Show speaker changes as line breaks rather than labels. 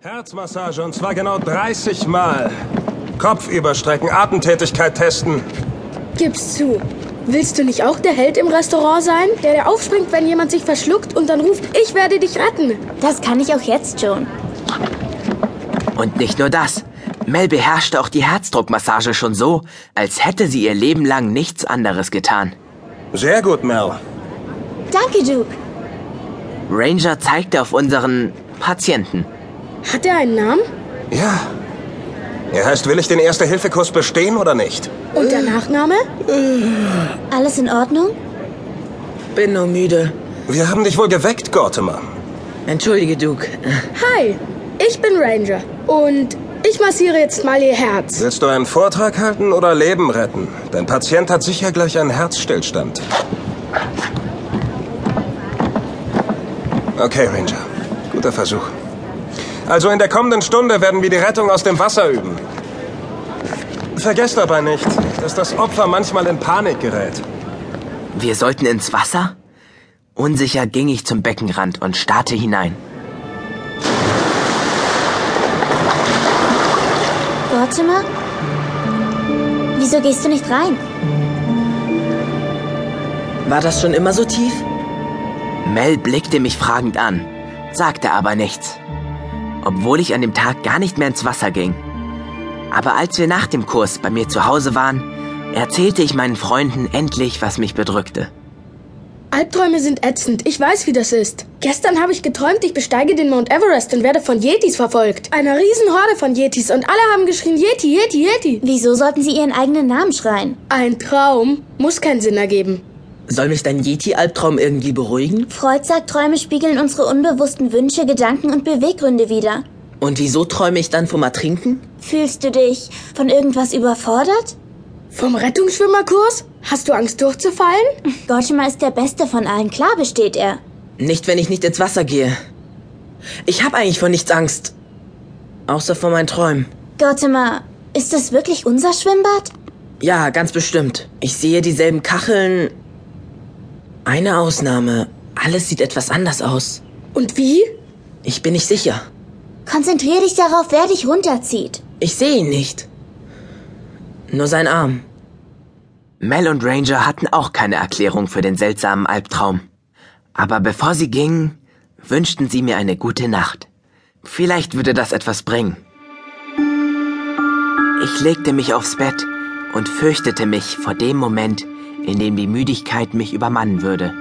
Herzmassage und zwar genau 30 Mal. Kopf überstrecken, Atemtätigkeit testen.
Gib's zu. Willst du nicht auch der Held im Restaurant sein, der der aufspringt, wenn jemand sich verschluckt und dann ruft, ich werde dich retten?
Das kann ich auch jetzt schon.
Und nicht nur das. Mel beherrschte auch die Herzdruckmassage schon so, als hätte sie ihr Leben lang nichts anderes getan.
Sehr gut, Mel.
Danke, Duke.
Ranger zeigte auf unseren Patienten.
Hat er einen Namen?
Ja. Er heißt, will ich den Erste-Hilfe-Kurs bestehen oder nicht?
Und der Nachname?
Alles in Ordnung?
Bin nur müde.
Wir haben dich wohl geweckt, Gortimer.
Entschuldige, Duke.
Hi, ich bin Ranger. Und ich massiere jetzt mal ihr Herz.
Willst du einen Vortrag halten oder Leben retten? Dein Patient hat sicher gleich einen Herzstillstand. Okay, Ranger. Guter Versuch. Also in der kommenden Stunde werden wir die Rettung aus dem Wasser üben. Vergesst dabei nicht, dass das Opfer manchmal in Panik gerät.
Wir sollten ins Wasser? Unsicher ging ich zum Beckenrand und starrte hinein.
Mortimer? Wieso gehst du nicht rein?
War das schon immer so tief?
Mel blickte mich fragend an, sagte aber nichts. Obwohl ich an dem Tag gar nicht mehr ins Wasser ging. Aber als wir nach dem Kurs bei mir zu Hause waren, erzählte ich meinen Freunden endlich, was mich bedrückte.
Albträume sind ätzend. Ich weiß, wie das ist. Gestern habe ich geträumt, ich besteige den Mount Everest und werde von Yetis verfolgt. Einer riesen Horde von Yetis und alle haben geschrien Yeti, Yeti, Yeti.
Wieso sollten sie ihren eigenen Namen schreien?
Ein Traum muss keinen Sinn ergeben.
Soll mich dein Yeti-Albtraum irgendwie beruhigen?
Freud sagt, Träume spiegeln unsere unbewussten Wünsche, Gedanken und Beweggründe wider.
Und wieso träume ich dann vom Ertrinken?
Fühlst du dich von irgendwas überfordert?
Vom Rettungsschwimmerkurs? Hast du Angst durchzufallen?
Gortimer ist der Beste von allen, klar besteht er.
Nicht, wenn ich nicht ins Wasser gehe. Ich habe eigentlich vor nichts Angst. Außer vor meinen Träumen.
Gortimer, ist das wirklich unser Schwimmbad?
Ja, ganz bestimmt. Ich sehe dieselben Kacheln. Eine Ausnahme. Alles sieht etwas anders aus.
Und wie?
Ich bin nicht sicher.
Konzentrier dich darauf, wer dich runterzieht.
Ich sehe ihn nicht. Nur sein Arm.
Mel und Ranger hatten auch keine Erklärung für den seltsamen Albtraum. Aber bevor sie gingen, wünschten sie mir eine gute Nacht. Vielleicht würde das etwas bringen. Ich legte mich aufs Bett und fürchtete mich vor dem Moment, in dem die Müdigkeit mich übermannen würde.